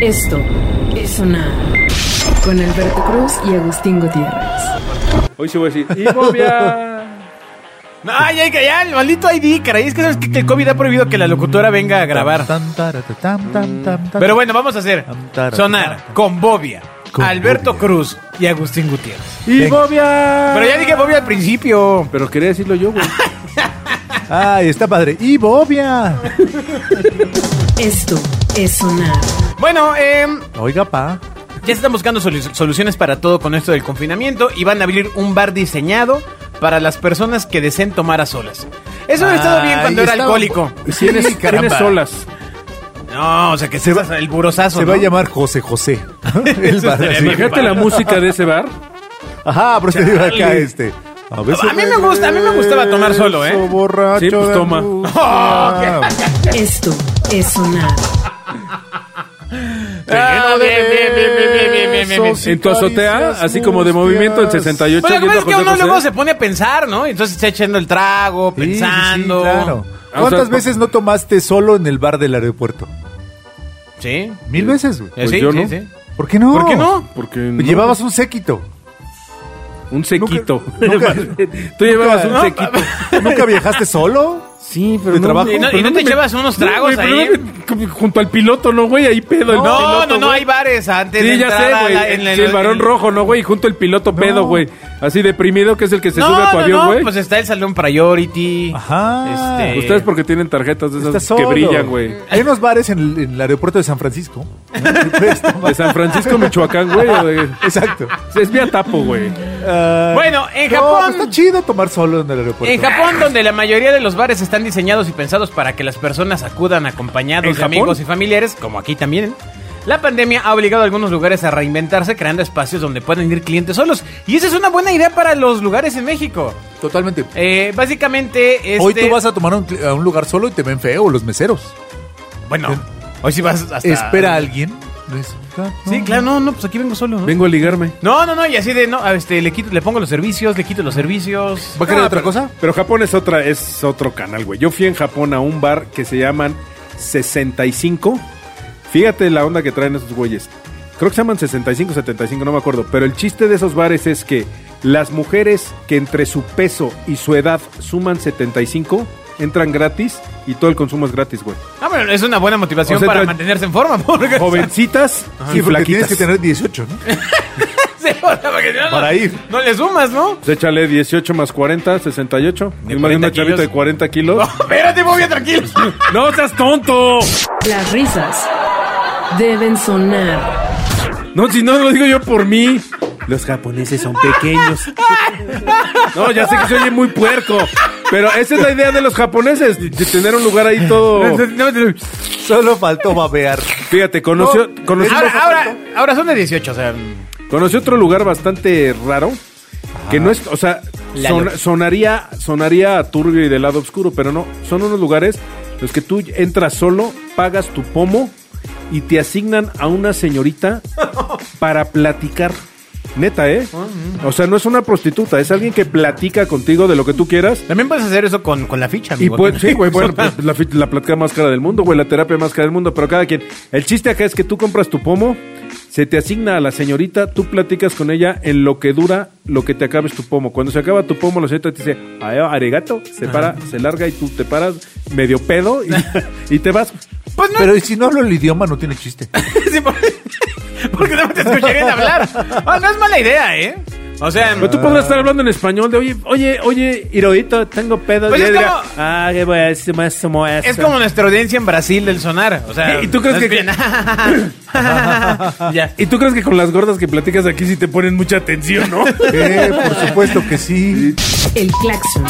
Esto es sonar con Alberto Cruz y Agustín Gutiérrez. Hoy sí voy a decir, ¡y momia! Ay, ay, que ya, el maldito ID, caray. Es que sabes que, que el COVID ha prohibido que la locutora venga a grabar. Tam, tara, ta, tam, tam, tam, tam. Pero bueno, vamos a hacer sonar con Bobia, Con Alberto Bobia. Cruz y Agustín Gutiérrez. ¡Y Venga. momia! Pero ya dije Bobia al principio. Pero quería decirlo yo, güey. Ay, está padre. Y Bobia. Esto es sonar Bueno, eh, Oiga, pa. ya están buscando solu- soluciones para todo con esto del confinamiento y van a abrir un bar diseñado para las personas que deseen tomar a solas. Eso hubiera estado bien Ay, cuando era estaba- alcohólico. Tienes, Sí, caramba. tienes solas. No, o sea, que se va el burosazo. Se va a ¿no? llamar José José. El Eso bar, estaría así. bien. Imagínate la música de ese bar. Ajá, pero usted iba acá Chale. este. A, veces A mí me gusta, a mí me gustaba tomar solo, ¿eh? Oh, regreso borracho Sí, pues, de toma. angustia. Esto es sonar Ah, bien, bien, bien, bien, bien, bien, bien, bien. Besos y En tu azotea, caricias así como de movimiento, en mustias. 68. Pero lo que pasa es que viendo uno a José luego José. se pone a pensar, ¿no? Entonces está echando el trago, Sí, sí, sí, pensando. claro. ¿Cuántas O sea, veces no tomaste solo en el bar del aeropuerto? Sí. Mil veces. güey. Eh, Pues sí, yo sí, no. sí. ¿Por qué no? Pues ¿Por qué no? Porque no, Llevabas un séquito. un sequito. nunca- Tú llevabas nunca- un sequito. ¿Nunca viajaste solo? Sí, pero no- ¿Y no, y Pero no no me- te llevas unos tragos güey, pero ahí? no me- como junto al piloto, ¿no, güey? Ahí pedo. el No, piloto, no, no, güey. hay bares antes de Sí, ya entrar sé, a la- güey. en la- Sí, el varón en- rojo, ¿no, güey? Junto el piloto pedo, güey. Así deprimido que es el que se no, sube a tu no, avión, no, güey. pues está el Salón Priority. Ajá. Este, Ustedes porque tienen tarjetas de Estás esas que solo. brillan, güey. Hay unos bares en el, en el aeropuerto de San Francisco. ¿no? Que puedes tomar. De San Francisco, Michoacán, güey. o de- Exacto. Es vía tapo, güey. Ah, Bueno, en no, Japón- Está chido tomar solo en el aeropuerto. En Japón, donde la mayoría de los bares están diseñados y pensados para que las personas acudan ¿En acompañados de Japón? amigos y familiares, como aquí también, la pandemia ha obligado a algunos lugares a reinventarse creando espacios donde pueden ir clientes solos. Y esa es una buena idea para los lugares en México. Totalmente. Eh, básicamente, este, Hoy tú vas a tomar a un, cl- a un lugar solo y te ven feo los meseros. Bueno, hoy sí vas hasta... Espera a alguien. Ves, ah, Sí, no, claro, no, no, pues aquí vengo solo, ¿no? Vengo a ligarme. No, no, no, y así de, no, a este, le quito, le pongo los servicios, le quito los servicios. ¿Va a querer Ah, otra pero- cosa? Pero Japón es otra, es otro canal, güey. Yo fui en Japón a un bar que se llaman 65. Fíjate la onda que traen esos güeyes. Creo que se llaman 65, 75, no me acuerdo. Pero el chiste de esos bares es que las mujeres que entre su peso y su edad suman 75 entran gratis y todo el consumo es gratis, güey. Ah, bueno, es una buena motivación O sea, para tra- mantenerse en forma, porque... Jovencitas Sí, y porque tienes flaquitas. que tener 18, ¿no? Sí, o sea, porque no, no- Para ir. No le sumas, ¿no? Pues échale 18 más 40, 68. De Y más 40 una chavita de kilos. 40 kilos. Espérate, muy bien, tranquilo. ¡No seas tonto! Las risas deben sonar No, si no lo digo yo por mí. Los japoneses son pequeños. No, ya sé que se oye muy puerco. Pero esa es la idea de los japoneses, de tener un lugar ahí Oh. todo. Solo faltó babear. Fíjate, conoció, No, conocí, Ahora, ahora, ahora son de 18, o sea. conocí otro lugar bastante raro. Que no es, o sea, La son- lo- sonaría, sonaría a turbio y de lado oscuro, pero no. Son unos lugares los que tú entras solo, pagas tu pomo y te asignan a una señorita para platicar. Neta, ¿eh? Ah, O sea, no es una prostituta, es alguien que platica contigo de lo que tú quieras. También puedes hacer eso con, con la ficha, Y amigo. pues, sí, güey, bueno, pues, la, fit- la plática más cara del mundo, güey, la terapia más cara del mundo, pero cada quien. El chiste acá es que tú compras tu pomo, se te asigna a la señorita, tú platicas con ella en lo que dura lo que te acabes tu pomo. Cuando se acaba tu pomo, la señorita te dice, "Ay, aregato, se para, se larga y tú te paras medio pedo y, y te vas. Pues no. Pero ¿y si no hablo el idioma, no tiene chiste. sí, por- porque no te escucharían hablar. Ah, no es mala idea, ¿eh? O sea. Pero tú podrás estar hablando en español de, oye, oye, oye, Hirohito, tengo pedo. Pues Y es ella como- ah, qué bueno, es más como Es eso". como nuestra audiencia en Brasil del sonar. O sea. ¿Y tú crees nos que- escuchan, ya. ¿Y tú crees que con las gordas que platicas aquí sí te ponen mucha atención, no? Eh, por supuesto que sí. el claxon.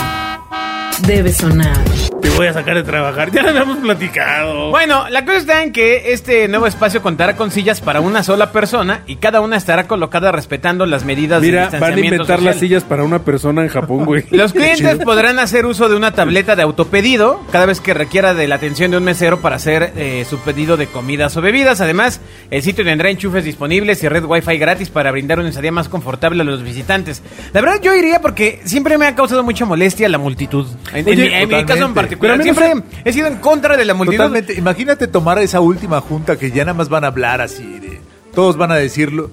Debe sonar. Te voy a sacar de trabajar. Ya lo hemos platicado. Bueno, la cosa está en que este nuevo espacio contará con sillas para una sola persona y cada una estará colocada respetando las medidas de Mira, van a distanciamiento inventar las social. sillas para una persona en Japón, güey. Los clientes podrán hacer uso de una tableta de autopedido cada vez que requiera de la atención de un mesero para hacer eh, su pedido de comidas o bebidas. Además, el sitio tendrá enchufes disponibles y red wifi gratis para brindar una estadía más confortable a los visitantes. La verdad yo iría porque siempre me ha causado mucha molestia la multitud. En, Oye, en mi- en mi totalmente. caso Pero en a mí particular, no siempre he sido en contra de la multitud. Totalmente. Imagínate tomar esa última junta que ya nada más van a hablar así, de- todos van a decirlo.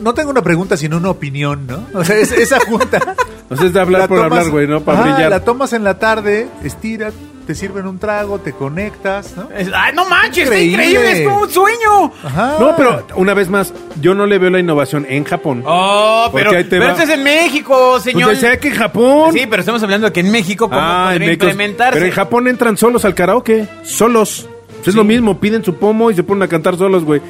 No tengo una pregunta, sino una opinión, ¿no? O sea, es- esa junta. Entonces de hablar la por tomas- hablar, güey, ¿no? Para Ah, Ajá, brillar. La tomas en la tarde, estiras, te sirven un trago, te conectas, ¿no? Es- ¡Ay, no manches! está Increíble. increíble! ¡Es como un sueño! Ajá. No, pero una vez más, yo no le veo la innovación en Japón. Ah. ¡Oh, Porque pero, Ah. Pues ahí te pero va. esto es en México, pues señor! decía que en Japón. Sí, pero estamos hablando de que en México cómo Ah, en podría México. implementarse. Pero en Japón entran solos al karaoke. Solos. Pues Es lo mismo, piden su pomo y se ponen a cantar solos, güey.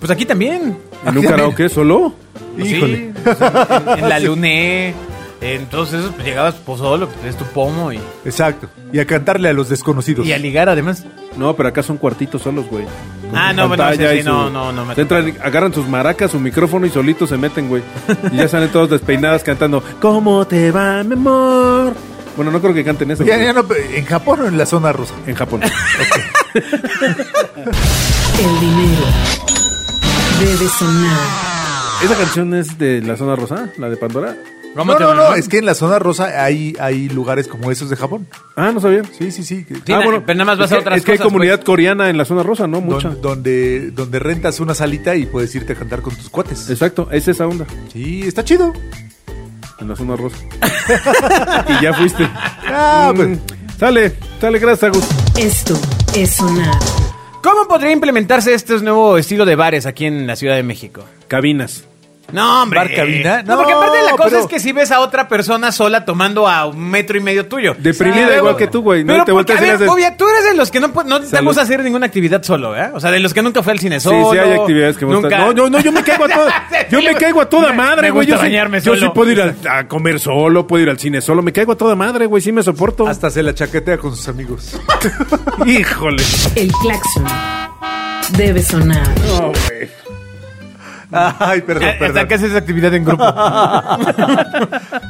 Pues aquí también. ¿En un karaoke solo? Pues sí, Híjole. pues en, en- en la luné. Entonces, pues, llegabas pues, solo, pues, es tu pomo y, Exacto. Y a cantarle a los Pues desconocidos. y a ligar además. No, pero acá son cuartitos solos, güey. Con Ah, su no, bueno, pantalla sí, sí, y no, no, no me Se entran, agarran sus maracas, su micrófono y solitos se meten, güey. Y ya salen todos despeinadas cantando, ¿Cómo te va, mi amor? Bueno, no creo que canten eso. Ya- güey, ya no, en Japón o en la zona rusa. En Japón. El dinero debe sonar. ¿Esa canción es de la zona rosa? ¿La de Pandora? ¿Cómo no, te no, va, no, no? es que en la zona rosa hay, hay lugares como esos de Japón. Ah, no sabía. Ah, Sí, sí, sí. que- Sí, na- pero nada más vas es a que- otras Es que hay cosas, pues. comunidad coreana en la zona rosa, ¿no? don- Mucha. donde, donde rentas una salita y puedes irte a cantar con tus cuates. Exacto, es esa onda. Sí, está chido. En la zona rosa. y ya fuiste. Ah, Mm, pues, Sale, sale, gracias, Agus. Esto es sonar. ¿Cómo podría implementarse este nuevo estilo de bares aquí en la Ciudad de México? Cabinas. No, hombre. ¿Bar cabina? No, porque No, aparte la cosa pero- es que si ves a otra persona sola tomando a un metro y medio tuyo. Deprimida Y luego- igual que tú, güey, ¿no? Pero Te porque, volteas y a ver, le haces- Bobia, tú eres de los que no, pu- no te Salud. gusta hacer ninguna actividad solo, ¿verdad? O sea, de los que nunca fue al cine solo. sí, sí hay actividades que me nunca... gustan. No, yo, no, yo me caigo a toda, yo me caigo a toda Me- madre, me güey. Yo, gusta sí- bañarme yo sí solo. puedo ir al- a, comer solo, puedo ir al cine solo, me caigo a toda madre, güey, sí me soporto. hasta se la chaquetea con sus amigos. Híjole. El claxon debe sonar. No, güey. Ay, perdón, Eh, perdón. Hasta que haces actividad en grupo. Ah,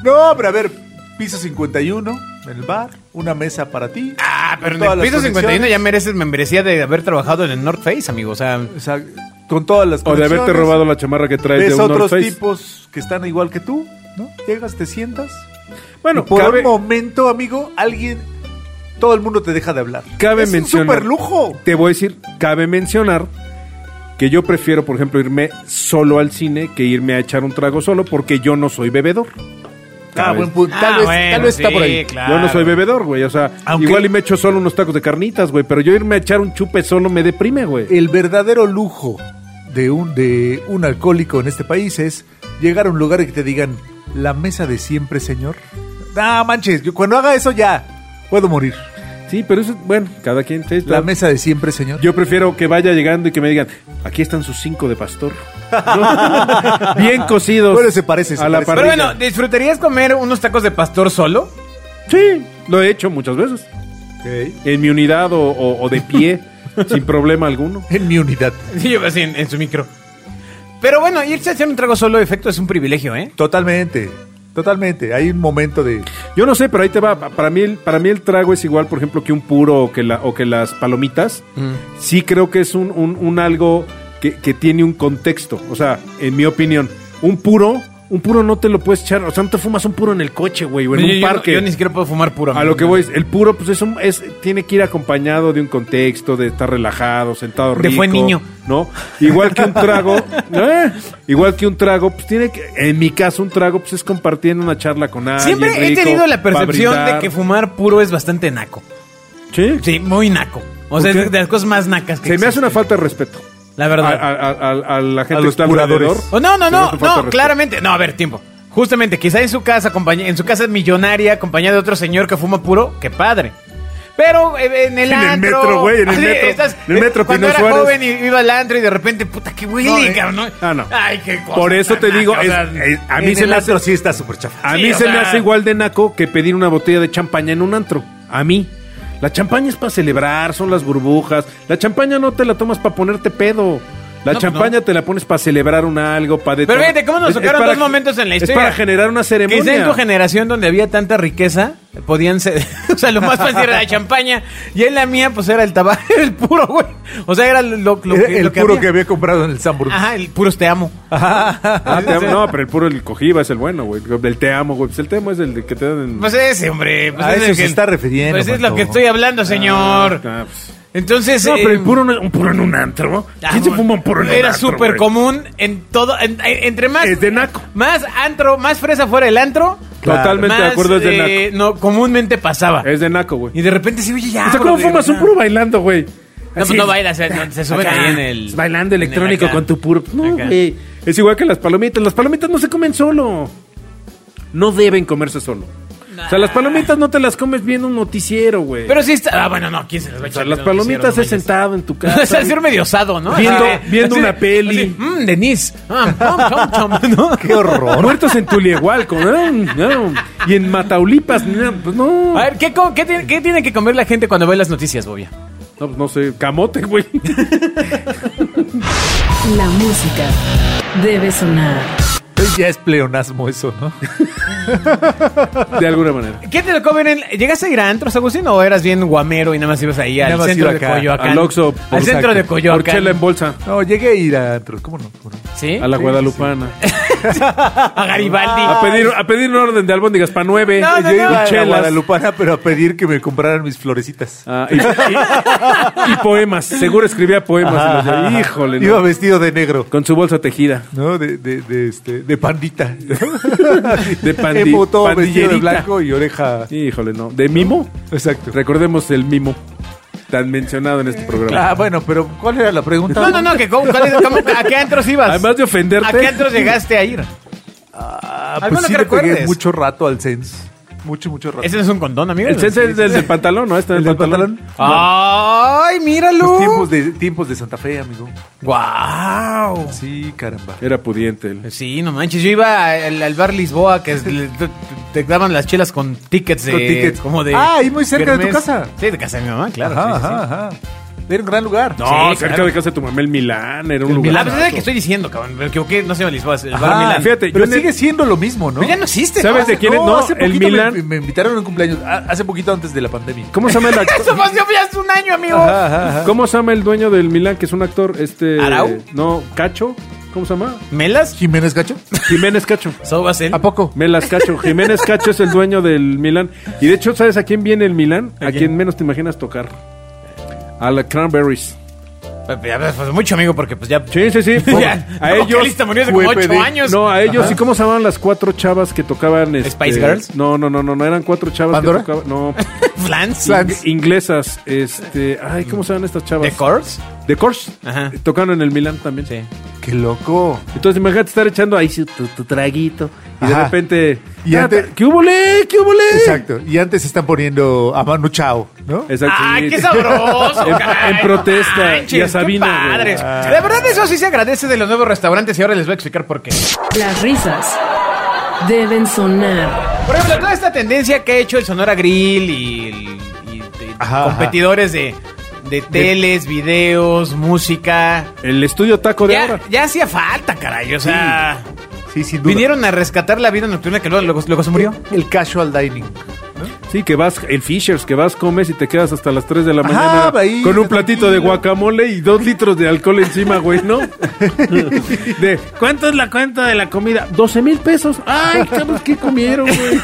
No, pero a ver, piso 51 en el bar, una mesa para ti. Ah, pero en Todas el las piso 51 conexiones. ya mereces membresía de haber trabajado en el North Face, amigo. O sea, O sea, con todas las O de haberte conexiones. robado la chamarra que traes Ves de un North otros Face. tipos que están igual que tú, ¿no? Llegas, te sientas. Bueno, y por cabe- un momento, amigo, alguien, todo el mundo te deja de hablar. Cabe es mencionar. un super lujo. Te voy a decir, cabe mencionar que yo prefiero, por ejemplo, irme solo al cine que irme a echar un trago solo porque yo no soy bebedor. Ah, Cabe- buen punto. Tal Ah, vez, bueno, tal vez está sí, por ahí. claro. Yo no soy bebedor, güey. O sea, Aunque- igual y me echo solo unos tacos de carnitas, güey. Pero yo irme a echar un chupe solo me deprime, güey. El verdadero lujo de un, de un alcohólico en este país es llegar a un lugar y que te digan, la mesa de siempre, señor. No, manches, yo cuando haga eso ya puedo morir. Sí, pero eso, bueno, cada quien. sí, La está- mesa de siempre, señor. Yo prefiero que vaya llegando y que me digan, aquí están sus cinco de pastor. ¿No? Bien cocidos. Bueno, se parece, se a la parece. pero parrilla. bueno, ¿disfrutarías comer unos tacos de pastor solo? Sí, lo he hecho muchas veces. Ok. En mi unidad o, o- o de pie, sin problema alguno. En mi unidad. Sí, yo así en, en su micro. Pero bueno, irse a hacer un trago solo de efecto es un privilegio, ¿eh? Totalmente, totalmente. Hay un momento de... Yo no sé, pero ahí te va. Pa- Para mí, el- para mí el trago es igual, por ejemplo, que un puro o que, la, o que las palomitas. Mm. Sí creo que es un, un- un algo que, que tiene un contexto. O sea, en mi opinión, un puro, un puro no te lo puedes echar. O sea, no te fumas un puro en el coche, güey, o Pues en Yo- un yo no- parque. Yo, ni siquiera puedo fumar puro. A amigo. lo que voy es, el puro pues es, un- es tiene que ir acompañado de un contexto, de estar relajado, sentado rico. De buen niño. ¿No? Igual que un trago, ¿eh? igual que un trago, pues tiene que, en mi caso un trago pues es compartiendo una charla con alguien Siempre he rico, tenido la pa' percepción de brindar. que fumar puro es bastante naco. Sí. Sí, muy naco. O ¿Por sea, qué? es de las cosas más nacas que Se me hace existen. una falta de respeto. La A, verdad. a- a- a la gente A que los está curadores. alrededor. Oh, no, no, Se me no, hace falta de no, respeto. claramente. No, a ver, tiempo. Justamente, quizá en su casa, acompaña- en su casa millonaria, acompañado de otro señor que fuma puro, qué padre. Pero eh, en el En el antro- metro, güey, en el Así, metro. estás- eh, En el metro, Cuando Pino era Suárez. joven y iba al antro y de repente, puta, qué huele, No, eh. cabrón. ¿no? Ah, no. Ay, qué cosa. Por eso te tan digo, naca, o es- sea, es- Eh, a mí En se el me hace antro sí está súper chafa. A Sí, mí o se me sea- hace igual de naco que pedir una botella de champaña en un antro. A mí. La champaña es para celebrar, son las burbujas. La champaña no te la tomas para ponerte pedo. La No, champaña te la pones para celebrar un algo, para Pero fíjate, ¿cómo nos tocaron dos momentos en la historia? Es para generar una ceremonia. Quizá en tu generación donde había tanta riqueza, podían ser. o sea, lo más fácil era la champaña. Y en la mía, pues era el tabaco, el puro, güey. O sea, era lo, lo Era que. el lo puro había. que había comprado en el Sambur. Ajá, el puros te amo. Ah, te amo. No, pero el puro, el cojiba es el bueno, güey. El te amo, güey. Pues el te amo es el de que te dan en... Pues ese, hombre. Pues A es eso el se está refiriendo, Pues es lo Pato. que estoy hablando, señor. Ah, pues. Entonces. No, pero eh, ah, el puro, no- un puro en un antro. ¿Quién se fuma un puro en un Era antro, súper güey? común en todo. en- en- entre más. Es de naco. Más antro, más fresa fuera el antro. Claro. Totalmente de más, acuerdo, es de eh, No, comúnmente pasaba. naco. Es de naco, güey. Y de repente sí, oye, ya. O sea, ¿cómo brother, fumas ya. un puro bailando, güey? No, pues no bailas, eh, no, se suben Acá, pues, ahí en el. Bailando en el electrónico acá. con tu puro. No, Acá. güey. Es igual que las palomitas. Las palomitas no se comen solo. No deben comerse solo. O sea, las palomitas no te las comes viendo un noticiero, güey. Ah. Pero sí está. Ah, bueno, no, ¿quién se las va a o echar? sea, las No, palomitas no, es no, sentado en tu no, casa. Es el señor medio osado, ¿no? Viendo- Así de- viendo así de- una peli. así, Mmm, Denise. Ah, chom, chom, chom, ¿no? ¡Qué horror! Muertos en Tuliehualco. ¿no? No. Y en Mataulipas. No, pues no. A ver, ¿qué, co- qué, tiene- qué tiene que comer la gente cuando ve las noticias, Bobia? No, pues no sé. Camote, güey. La música debe sonar. ya es pleonasmo eso, ¿no? De alguna manera. ¿Qué te tocó ver en... ¿Llegaste a ir a antros, Agustín, o eras bien guamero y nada más ibas ahí Nada al más centro iba de acá, Coyoacán? Al Oxxo, Al por centro saco. de Por chela Coyoacán. en bolsa. No, llegué a ir a antros. ¿Cómo no? ¿Cómo no? ¿Sí? A la Sí, Guadalupana. A Garibaldi. A pedir, a pedir un orden de albóndigas para nueve. No, no, Yo iba a la Chelas. Guadalupana, pero a pedir que me compraran mis florecitas. Ah, y, y- y poemas. Seguro escribía poemas. Ajá, y los- ajá, ajá. Híjole. ¿no? Iba vestido de negro. Con su bolsa tejida. ¿No? De, de, de, este, de pandita. De pandi- Emo todo vestido de pandillerita. blanco y oreja. Híjole, no. De mimo. Exacto. Recordemos el mimo. Tan mencionado en este programa. Ah, bueno, pero ¿cuál era la pregunta? No, no, no, que cómo- cuál es- cómo- ¿a qué antros ibas? Además de ofenderte. ¿A qué antros llegaste a ir? Ah, Alguno pues sí que le pegué recuerdes. mucho rato al Sense. Mucho, mucho rato. Ese no es un condón, amigo. El sense es el del pantalón, ¿no? Este ¿El del del pantalón. pantalón? ¡Ay, Los míralo! tiempos de, tiempos de Santa Fe, amigo. ¡Guau! Sí, caramba. Era pudiente. él. Sí, no manches. Yo iba al, al bar Lisboa, que es- le- te, te daban las chelas con tickets de... Con tickets. Como de... Ah, ahí muy cerca de tu casa. Sí, de casa de mi mamá, claro. ajá, sí, sí, sí. ajá, ajá. Era un gran lugar. No, Sí, cerca claro. de casa de tu mamá, el Milán. Era un El lugar. Ah, pues es el barato. que estoy diciendo, cabrón. Me equivoqué, no se llama Lisboa, es el Ajá, bar Milán. fíjate, yo pero en el- sigue siendo lo mismo, Pero ¿no? Pues ya no existe. ¿Sabes de quién es? No, hace el poquito Milan- Me, me invitaron a un cumpleaños, a- hace poquito antes de la pandemia. ¿Cómo se llama el pues, Eso actor? pasó ya hace un año, Ah, amigo. Ajá, ajá, ajá. ¿Cómo se llama el dueño del Milán, que es un actor? Este. ¿Arau? No, Cacho. ¿Cómo se llama? ¿Melas? ¿Jiménez Gacho? Jiménez Cacho. Sobasel. ¿A poco? Melas Cacho. Jiménez Cacho es el dueño del Milán. Y de hecho, ¿sabes a quién viene el Milán? A, quién? quien menos te imaginas tocar. A la Cranberries. Ya me pasó mucho, amigo, porque pues ya... Sí, sí, sí. Ya, a no, ellos. vocalista murió hace como UEPD. ocho años. No, a ellos. ¿Y cómo se llamaban las cuatro chavas que tocaban? Este, ¿Spice Girls? No, no, no, no, no eran cuatro chavas ¿Pandora? que tocaban. No, Flans. Flans. inglesas. Este. Ay, ¿cómo se llaman estas chavas? ¿De Course? The Course. Ajá. Tocaron en el Milán también. Sí. ¡Qué loco! Entonces imagínate estar echando ahí su- tu, tu traguito y Ajá. de repente... Y ah, antes- ¿Qué hubo le? ¿Qué hubo le? Exacto. Y antes están poniendo a Manu Chao, ¿no? Exacto, ¡Ay, sí. qué sabroso! En- caray! en protesta, y a Sabina, ¡Qué güey. padres! Ah. La verdad, eso sí se agradece de los nuevos restaurantes y ahora les voy a explicar por qué. Las risas deben sonar. Por ejemplo, toda esta tendencia que ha hecho el Sonora Grill y, el- y de- Ajá, competidores de, de teles, videos, música. El estudio taco de Ya, ahora. ya hacía falta, caray. O sea, Sí, sin duda. vinieron a rescatar la vida nocturna que luego, luego, luego se murió. el casual dining. Sí, que vas, el Fishers, que vas, comes y te quedas hasta las 3 de la Ajá, mañana ahí, con un tranquilo. platito de guacamole y dos litros de alcohol encima, güey, ¿no? De, ¿cuánto es la cuenta de la comida? 12 mil pesos. Ay, cabrón, ¿qué comieron, güey?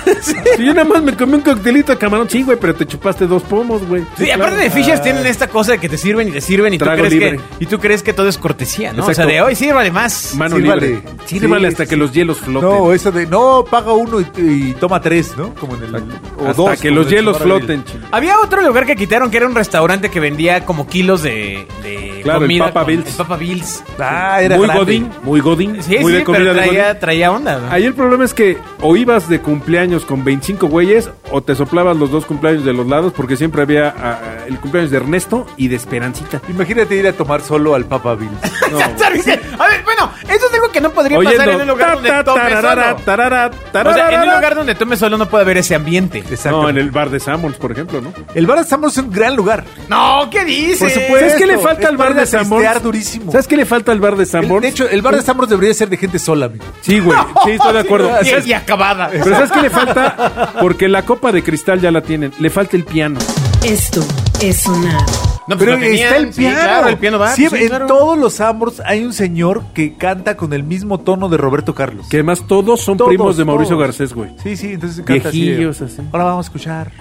Si yo nada más me comí un coctelito de camarón, sí, güey, pero te chupaste dos pomos, güey. Sí, claro. Ah. aparte de Fishers tienen esta cosa de que te sirven y te sirven y tú, Trago crees que, libre. y tú crees que todo es cortesía, ¿no? O Exacto. sea, de hoy sírvale más. Mano Sírvale. libre. Sírvale Sí, hasta sí, que sí. los hielos floten. No, eso de no, paga uno y, y toma tres, ¿no? Como en el. Exacto. Hasta que los hielos floten. chingada. Había otro lugar que quitaron que era un restaurante que vendía como kilos de, de Claro, el comida. Papa con- Bills. el Papa Bills. Ah, era muy grande. godín, muy godín, Sí, muy sí, de comida pero de traía, godín. traía onda. ¿no? Ahí el problema es que o ibas de cumpleaños con 25 güeyes o te soplabas los dos cumpleaños de los lados porque siempre había ah, el cumpleaños de Ernesto y de Esperancita. Imagínate ir a tomar solo al Papa Bill. No, güey. A ver, bueno, eso es algo que no podría pasar Oyendo, en un lugar ta, donde ta, tomes tarara, solo. tarara, O sea, en un tarara. lugar donde tomes solo no puede haber ese ambiente. Exacto. Eh, No, en el bar de Samuels, por ejemplo, ¿no? El bar de Sambor es un gran lugar. No, ¿qué dices? Por supuesto. ¿Sabes qué le es falta al bar bar de Sanborns- pistear durísimo. ¿Sabes qué le falta al bar de Sanborns? El- de hecho, el bar de Sambors debería ser de gente sola, amigo. Sí, güey. Sí, estoy de acuerdo. Y, ¿Sabes- y acabada. Pero ¿sabes qué le falta? Porque la copa de cristal ya la tienen. Le falta el piano. Esto es sonar. No, pues Pero lo tenían, está el sí, piano. claro, el piano va. Sí, sí, en claro. todos los Sambors hay un señor que canta con el mismo tono de Roberto Carlos. Que además todos son Todos, primos de Mauricio todos. Garcés, güey. Sí, sí, entonces canta así de- Viejillos, así. Ahora vamos a escuchar.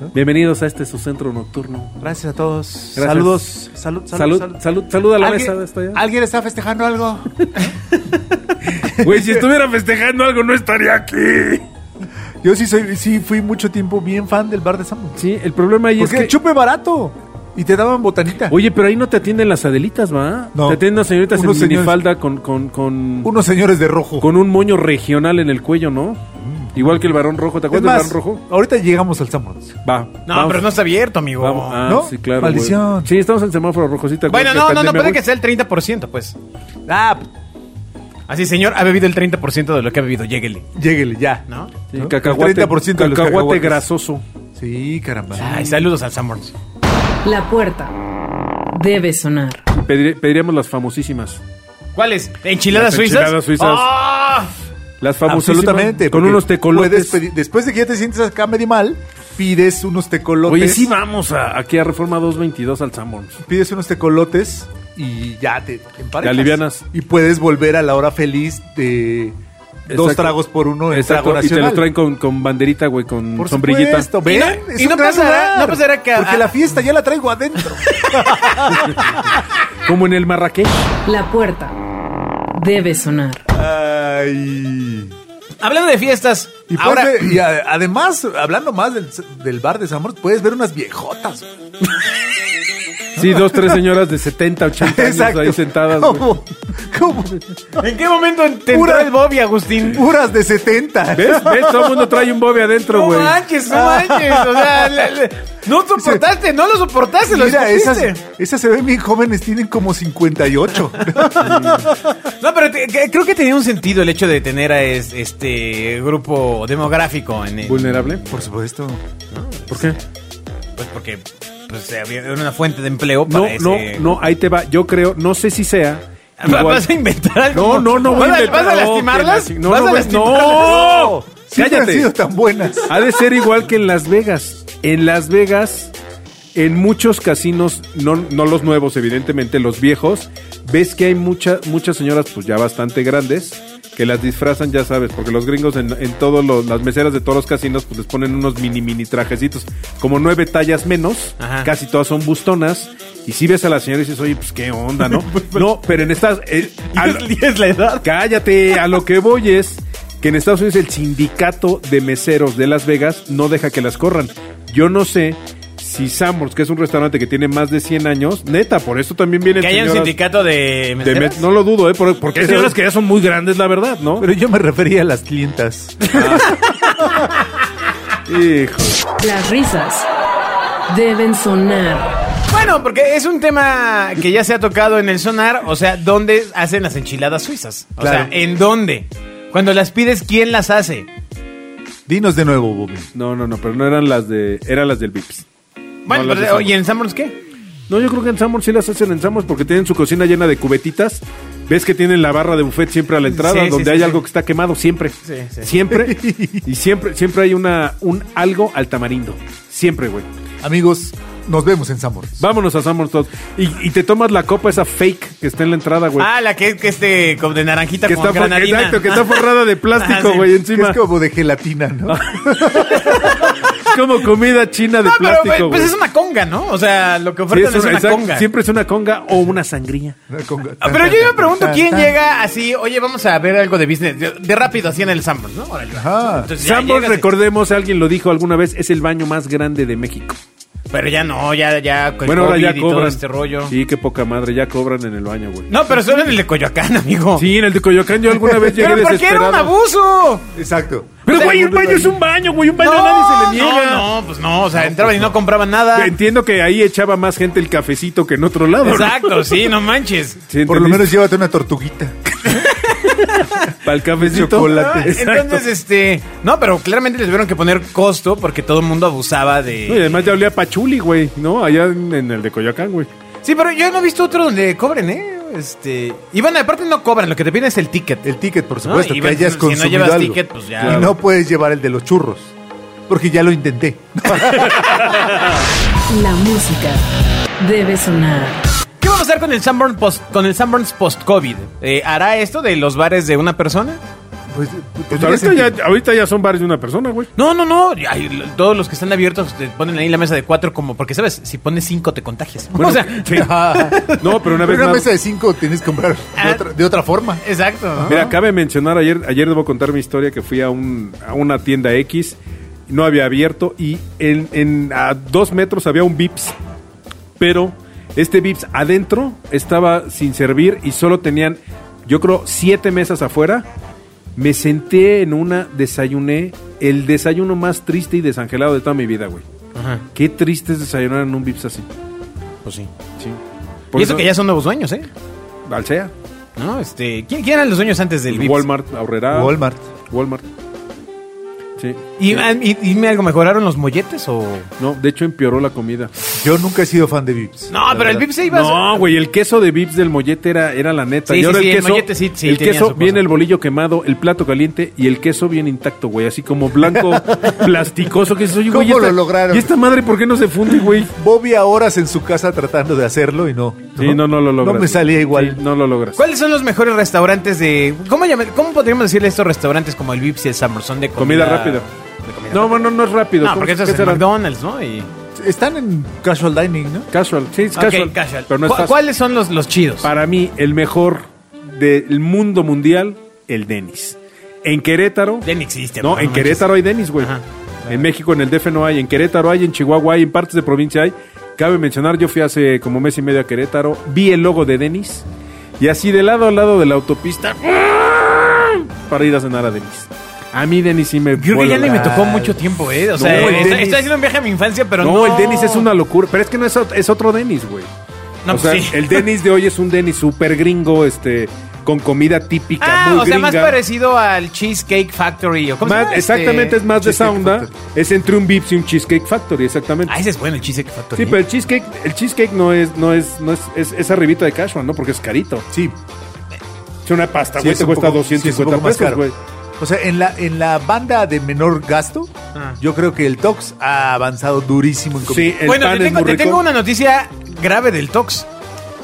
¿no? Bienvenidos a este su centro nocturno. Gracias a todos. Gracias. Saludos. Salud, salud, Salud, salud, salud, a la ¿Alguien, mesa. ¿está ya? ¿Alguien está festejando algo? Güey, si estuviera festejando algo, no estaría aquí. Yo sí soy, sí fui mucho tiempo bien fan del bar de Sambors. Sí, el problema ahí es Porque que. chupe barato. Y te daban botanita. Oye, pero ahí no te atienden las adelitas, ¿va? No. Te atienden las señoritas Unos en señores- minifalda con, con, con, Unos señores de rojo. con un moño regional en el cuello, ¿no? Igual que el varón rojo. ¿Te Mm. Es acuerdas más, del varón rojo? ahorita llegamos al Sambors. Va. No, vamos. pero no está abierto, amigo. Vamos. Ah, ¿No? sí, claro. Maldición. güey. Sí, estamos en semáforo rojocita. bueno, no, no, no, puede que sea el 30%, pues. Ah, Así, señor, ha bebido el 30% de lo que ha bebido, lléguele, lléguele ya. ¿no? ¿no? cacahuate, El 30% de los cacahuate cacahuates. grasoso. Sí, caramba. Ay, saludos al Sanborns. La puerta debe sonar. Pedir- pediríamos las famosísimas. ¿Cuáles? ¿Enchiladas Las suizas? enchiladas suizas. ¡Ah! Las famosísimas. Absolutamente. Con porque unos puedes tecolotes. pedir- después de que ya te sientes acá medio mal, pides unos tecolotes. Oye, sí vamos a, aquí a Reforma 222 al Sanborns. Pides unos tecolotes y ya te, te emparejas. Te alivianas. Y puedes volver a la hora feliz de dos Exacto. tragos por uno en Exacto, trago y te nacional. lo traen con, con banderita, güey, con por sombrillita. supuesto, Y ¿ven? no- Es y un no gran pasará- lugar. no pasará que- Porque ah. la fiesta ya la traigo adentro. Como en el Marrakech. La puerta debe sonar. Ay. Hablando de fiestas, Y, puedes ahora... ver- y a- además, hablando más del, del bar de Zamor, puedes ver unas viejotas. Sí, dos, tres señoras de 70, 80 años ahí sentadas, güey. Como, como ¿En qué momento te entró Pura- el Bobby, Agustín? puras de 70. ¿Ves? ¿Ves? Todo el mundo trae un bobe adentro, No güey. Ah. manches, no manches. O sea, la- la- no soportaste, no lo soportaste, lo Mira, esas, escogiste. esas se ven bien jóvenes, tienen como 58. No, pero te- que- creo que tenía un sentido el hecho de tener a es- este grupo demográfico en el, Vulnerable. Por supuesto. ¿Por qué? pues porque pues, había era una fuente de empleo para No, ese- Ah, no, no, ahí te va. Yo creo, no sé si sea. ¿Vas- igual- ¿Vas a inventar algo? No, no, no voy ¿Vas a a, inventar- ¿Vas a no, lastimarlas? que la- no, ¿Vas no, a güey, lastimarlas? no. Siempre han Cállate. Ah, sido tan buenas. Ha de ser igual que en Las Vegas. En Las Vegas, en muchos casinos, no, no los nuevos, evidentemente, los viejos, ves que hay mucha- muchas señoras, pues ya bastante grandes, que las disfrazan, ya sabes, porque los gringos en, en todos los- las meseras de todos los casinos, pues les ponen unos mini, mini trajecitos, como nueve tallas menos, Ajá. casi todas son bustonas. Y si ves a la señora y dices, oye, pues qué onda, ¿no? no, pero en estas. eh, a lo- Y es la edad. Cállate, a lo que voy es que en Estados Unidos el sindicato de meseros de Las Vegas no deja que las corran. Yo no sé si Sambors, que es un restaurante que tiene más de 100 años, neta, por eso también viene Que haya un sindicato de... meseras? no lo dudo, ¿eh? por- Porque hay señoras que ya son muy grandes, la verdad, ¿no? Pero yo me refería a las clientas. Hijo. Las risas deben sonar. Bueno, porque es un tema que ya se ha tocado en el sonar, o sea, ¿dónde hacen las enchiladas suizas? O sea, Claro. ¿en dónde? Cuando las pides, ¿quién las hace? Dinos de nuevo, Bobby. No, no, no, pero no eran las de. Eran las del Vips. Bueno, No, las de pero, Sanborns. ¿y en Sanborns qué? No, yo creo que en Sambors sí las hacen en Sambors porque tienen su cocina llena de cubetitas. Ves que tienen la barra de buffet siempre a la entrada, Sí, sí, donde sí, hay sí. algo que está quemado siempre. Sí, sí. Siempre. y siempre, siempre hay una, un algo al tamarindo. Siempre, güey. Amigos, nos vemos en Zamor. Vámonos a Sambors todos. Y, y te tomas la copa esa fake que está en la entrada, güey. Ah, la que, que este, como de naranjita Pues, que con está, for- granadina. exacto, que está forrada de plástico, Ah, sí. güey, Que encima. Es como de gelatina, ¿no? Es como comida china de No, pero plástico, pues, güey. es una conga, ¿no? O sea, lo que Sí, ofertan es es una- una, exacto, conga. Siempre es una conga o una sangría. Con- Ah, Pero yo me pregunto tan, quién tan. llega así, oye, vamos a ver algo de business, de, de rápido, así en el Sanborns, ¿no? Órale, va. Ajá. Entonces ya Sambors, llegas y- recordemos, alguien lo dijo alguna vez, es el baño más grande de México. Pero ya no, ya, ya, con bueno, ahora COVID ya y todo cobran. este rollo. Sí, qué poca madre, ya cobran en el baño, güey. No, pero solo en el de Coyoacán, amigo. Sí, en el de Coyoacán yo alguna vez llegué Pero ¿por qué era un desesperado. abuso? Exacto. Pero, güey, un baño es un baño, güey. Un baño a nadie se le niega. No, no, pues no, o sea, entraban y no compraban nada. Entiendo que ahí echaba más gente el cafecito que en otro lado. ¿no? Exacto, sí, no manches. Sí, Por lo ¿entendiste? menos llévate una tortuguita. Para el cafecito. chocolate. Ah, Exacto. Entonces, este. No, pero claramente les tuvieron que poner costo porque todo el mundo abusaba No, y de. además ya olía a pachuli, güey, ¿no? Allá en, en el de Coyoacán, güey. Sí, pero yo no he visto otro donde cobren, ¿eh? Este, y bueno, aparte no cobran, lo que te piden es el ticket. El ticket, por No, supuesto, y que ves, hayas si no consumido llevas algo. ticket, pues ya. Y no puedes llevar el de los churros, porque ya lo intenté. La música debe sonar. ¿Qué vamos a hacer con el Sanborn post, con el Sanborns post COVID? ¿Hará esto de los bares de una persona? Pues, Pues tendría ahorita sentido. ya, ahorita ya son bares de una persona, güey. No, no, no. Ay, lo- todos los que están abiertos te ponen ahí la mesa de cuatro como porque sabes si pones cinco te contagias. Bueno, o sea, sí. No, pero una vez más- mesa de cinco tienes que comprar Ah. de otra, de otra forma. exacto. ¿no? Mira, cabe mencionar, ayer, ayer debo contar mi historia que fui a, un, a una tienda X, no había abierto y en, en- a dos metros había un Vips, pero este Vips adentro estaba sin servir y solo tenían, yo creo, siete mesas afuera. Me senté en una, desayuné, el desayuno más triste y desangelado de toda mi vida, güey. Ajá, Qué triste es desayunar en un Vips así. pues sí. Sí. y eso, que ya son nuevos dueños, ¿eh? Alsea, No, este, ¿quién, quién eran los dueños antes del Vips? Walmart, Aurrera. Walmart. Walmart. Sí. ¿Y, ah, y, y me algo mejoraron los molletes o No, de hecho empeoró la comida. Yo nunca he sido fan de Vips. No, la pero el verdad. Vips se iba No, güey, el queso de Vips del mollete era, era la neta. Sí, Y sí, ahora sí, el queso, mollete sí- sí el tenía queso su cosa. viene el bolillo quemado, el plato caliente y el queso bien intacto, güey. Así como blanco, plasticoso. Que dices, oye, güey, ¿Cómo ¿y esta- lo lograron? ¿Y esta madre por qué no se funde, güey? Bobby a horas en su casa tratando de hacerlo y no. Sí, no, no lo logras. No me salía igual. Sí, no lo logras. ¿Cuáles son los mejores restaurantes de cómo llamar, cómo podríamos decirle a estos restaurantes como el Vips y el Summer? Son de comida, Comida rápida. de comida No, rápida. bueno, no es rápido. no, ¿Cómo- porque eso qué es en será? McDonald's, ¿no? Y Están en casual dining, ¿no? Casual, sí, es Ok, casual. casual. Pero no es ¿Cu- fast. ¿Cuáles son los, los chidos? Para mí, el mejor del mundo mundial, el Denis. En Querétaro. Ya ni existe. No, bro, en manches. Querétaro hay Denis, güey. Ajá. En México, en el DF no hay, en Querétaro hay, en Chihuahua hay, en partes de provincia hay. Cabe mencionar, yo fui hace como mes y medio a Querétaro, vi el logo de Denis y así de lado a lado de la autopista ¡ah! para ir a cenar a Denis. A mí Denis sí me... Creo que vuela ya ni la- me tocó mucho tiempo, ¿eh? O sea, el está- Denny's- estoy haciendo un viaje a mi infancia, pero no, no. el Denis es una locura, pero es que no es, ot- es otro Denis, güey. No, o sea, pues sí. el Denis de hoy es un Denis súper gringo, este, con comida típica, Ah, muy o sea, más gringa. parecido al Cheesecake Factory o ¿cómo se Más- llama? Este- exactamente, es más de Cheesecake Sounda. Factory. Es entre un Vips y un Cheesecake Factory, exactamente. Ah, ese es bueno el Cheesecake Factory. ¿eh? Sí, pero el cheesecake, el cheesecake no es, no es, no es, es, es arribita de Cashman, ¿no? Porque es carito. Sí. Si una pasta, sí, güey, es te un cuesta poco- sí, es un 250 poco más pesos, caro. güey. O sea, en la, en la banda de menor gasto, Ah. yo creo que el Tox ha avanzado durísimo en comida. Sí, el bueno, pan te es tengo, muy te rico. tengo una noticia grave del Tox.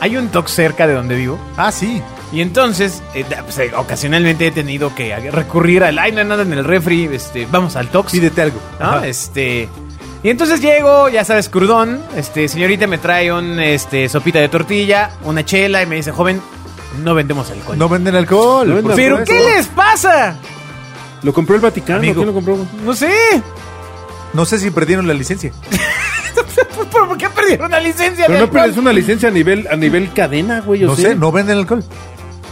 Hay un Tox cerca de donde vivo. Ah, sí. Y entonces, eh, da- pues, eh, ocasionalmente he tenido que recurrir al. Ay, no hay nada en el refri. Este, vamos al Tox. Pídete algo. ¿no? Ajá. Este. Y entonces llego, ya sabes, crudón. Este, señorita me trae un este sopita de tortilla, una chela y me dice, joven, no vendemos alcohol. No venden alcohol. No venden por Pero supuesto. ¿qué les pasa? Lo compró el Vaticano, Amigo. ¿quién lo compró? No sé. No sé si perdieron la licencia. ¿Por- ¿Por qué perdieron la licencia? Pero de no alcohol? pierdes una licencia a nivel, a nivel cadena, güey. o No sea. sé, no venden alcohol.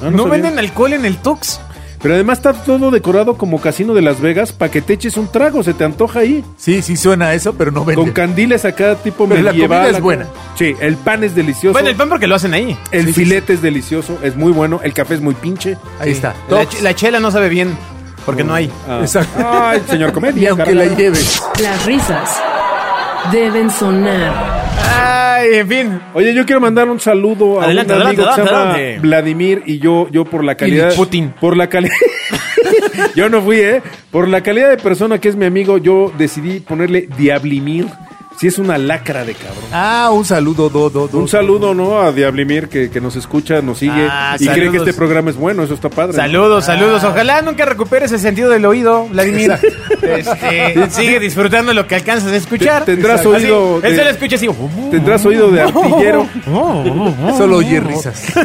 Ah, no No sabía. venden alcohol en el Tox. Pero además está todo decorado como casino de Las Vegas para que te eches un trago, se te antoja ahí. Sí, sí suena a eso, pero no venden. Con candiles acá tipo Pero la medieval, comida es acá. buena. Sí, el pan es delicioso. Bueno, el pan porque lo hacen ahí. el Sí, sí, filete es delicioso, es muy bueno, el café es muy pinche. Ahí está. La, Tox. ch- la chela no sabe bien porque no hay. Ah. Exacto. Ay, señor comedia. Y aunque la carajo. lleves. Las risas deben sonar. Ay, en fin. Oye, yo quiero mandar un saludo a Adelante, un amigo que adelante, se llama adelante. Vladimir y yo, yo por la calidad. Putin. Por la calidad. yo no fui, ¿eh? Por la calidad de persona que es mi amigo, yo decidí ponerle Diablimir. Si es una lacra de cabrón. Ah, un saludo, do, do, do. Un saludo, ¿no? A Diablimir que, que nos escucha, nos sigue Ah, y cree que saludos. este programa es bueno. Eso está padre. Saludos, saludos. Ojalá nunca recuperes el sentido del oído, Vladimir. Este, sigue disfrutando lo que alcanzas a escuchar. Te- tendrás Así, oído él de- se lo escucha así. Tendrás oído de artillero. Solo oye risas. Eso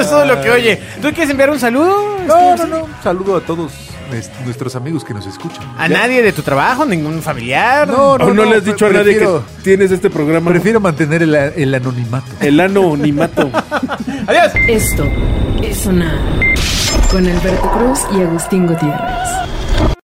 es todo lo que oye. ¿Tú quieres enviar un saludo? Este, No, no, no. Un saludo a todos nues- nuestros amigos que nos escuchan. ¿A Ya. nadie de tu trabajo? ¿Ningún familiar? No, ¿O no, no, le has pre- dicho a nadie que prefiero- tienes este programa? Prefiero mantener el, el anonimato. El anonimato. Adiós. Esto es sonar. Con Alberto Cruz y Agustín Gutiérrez.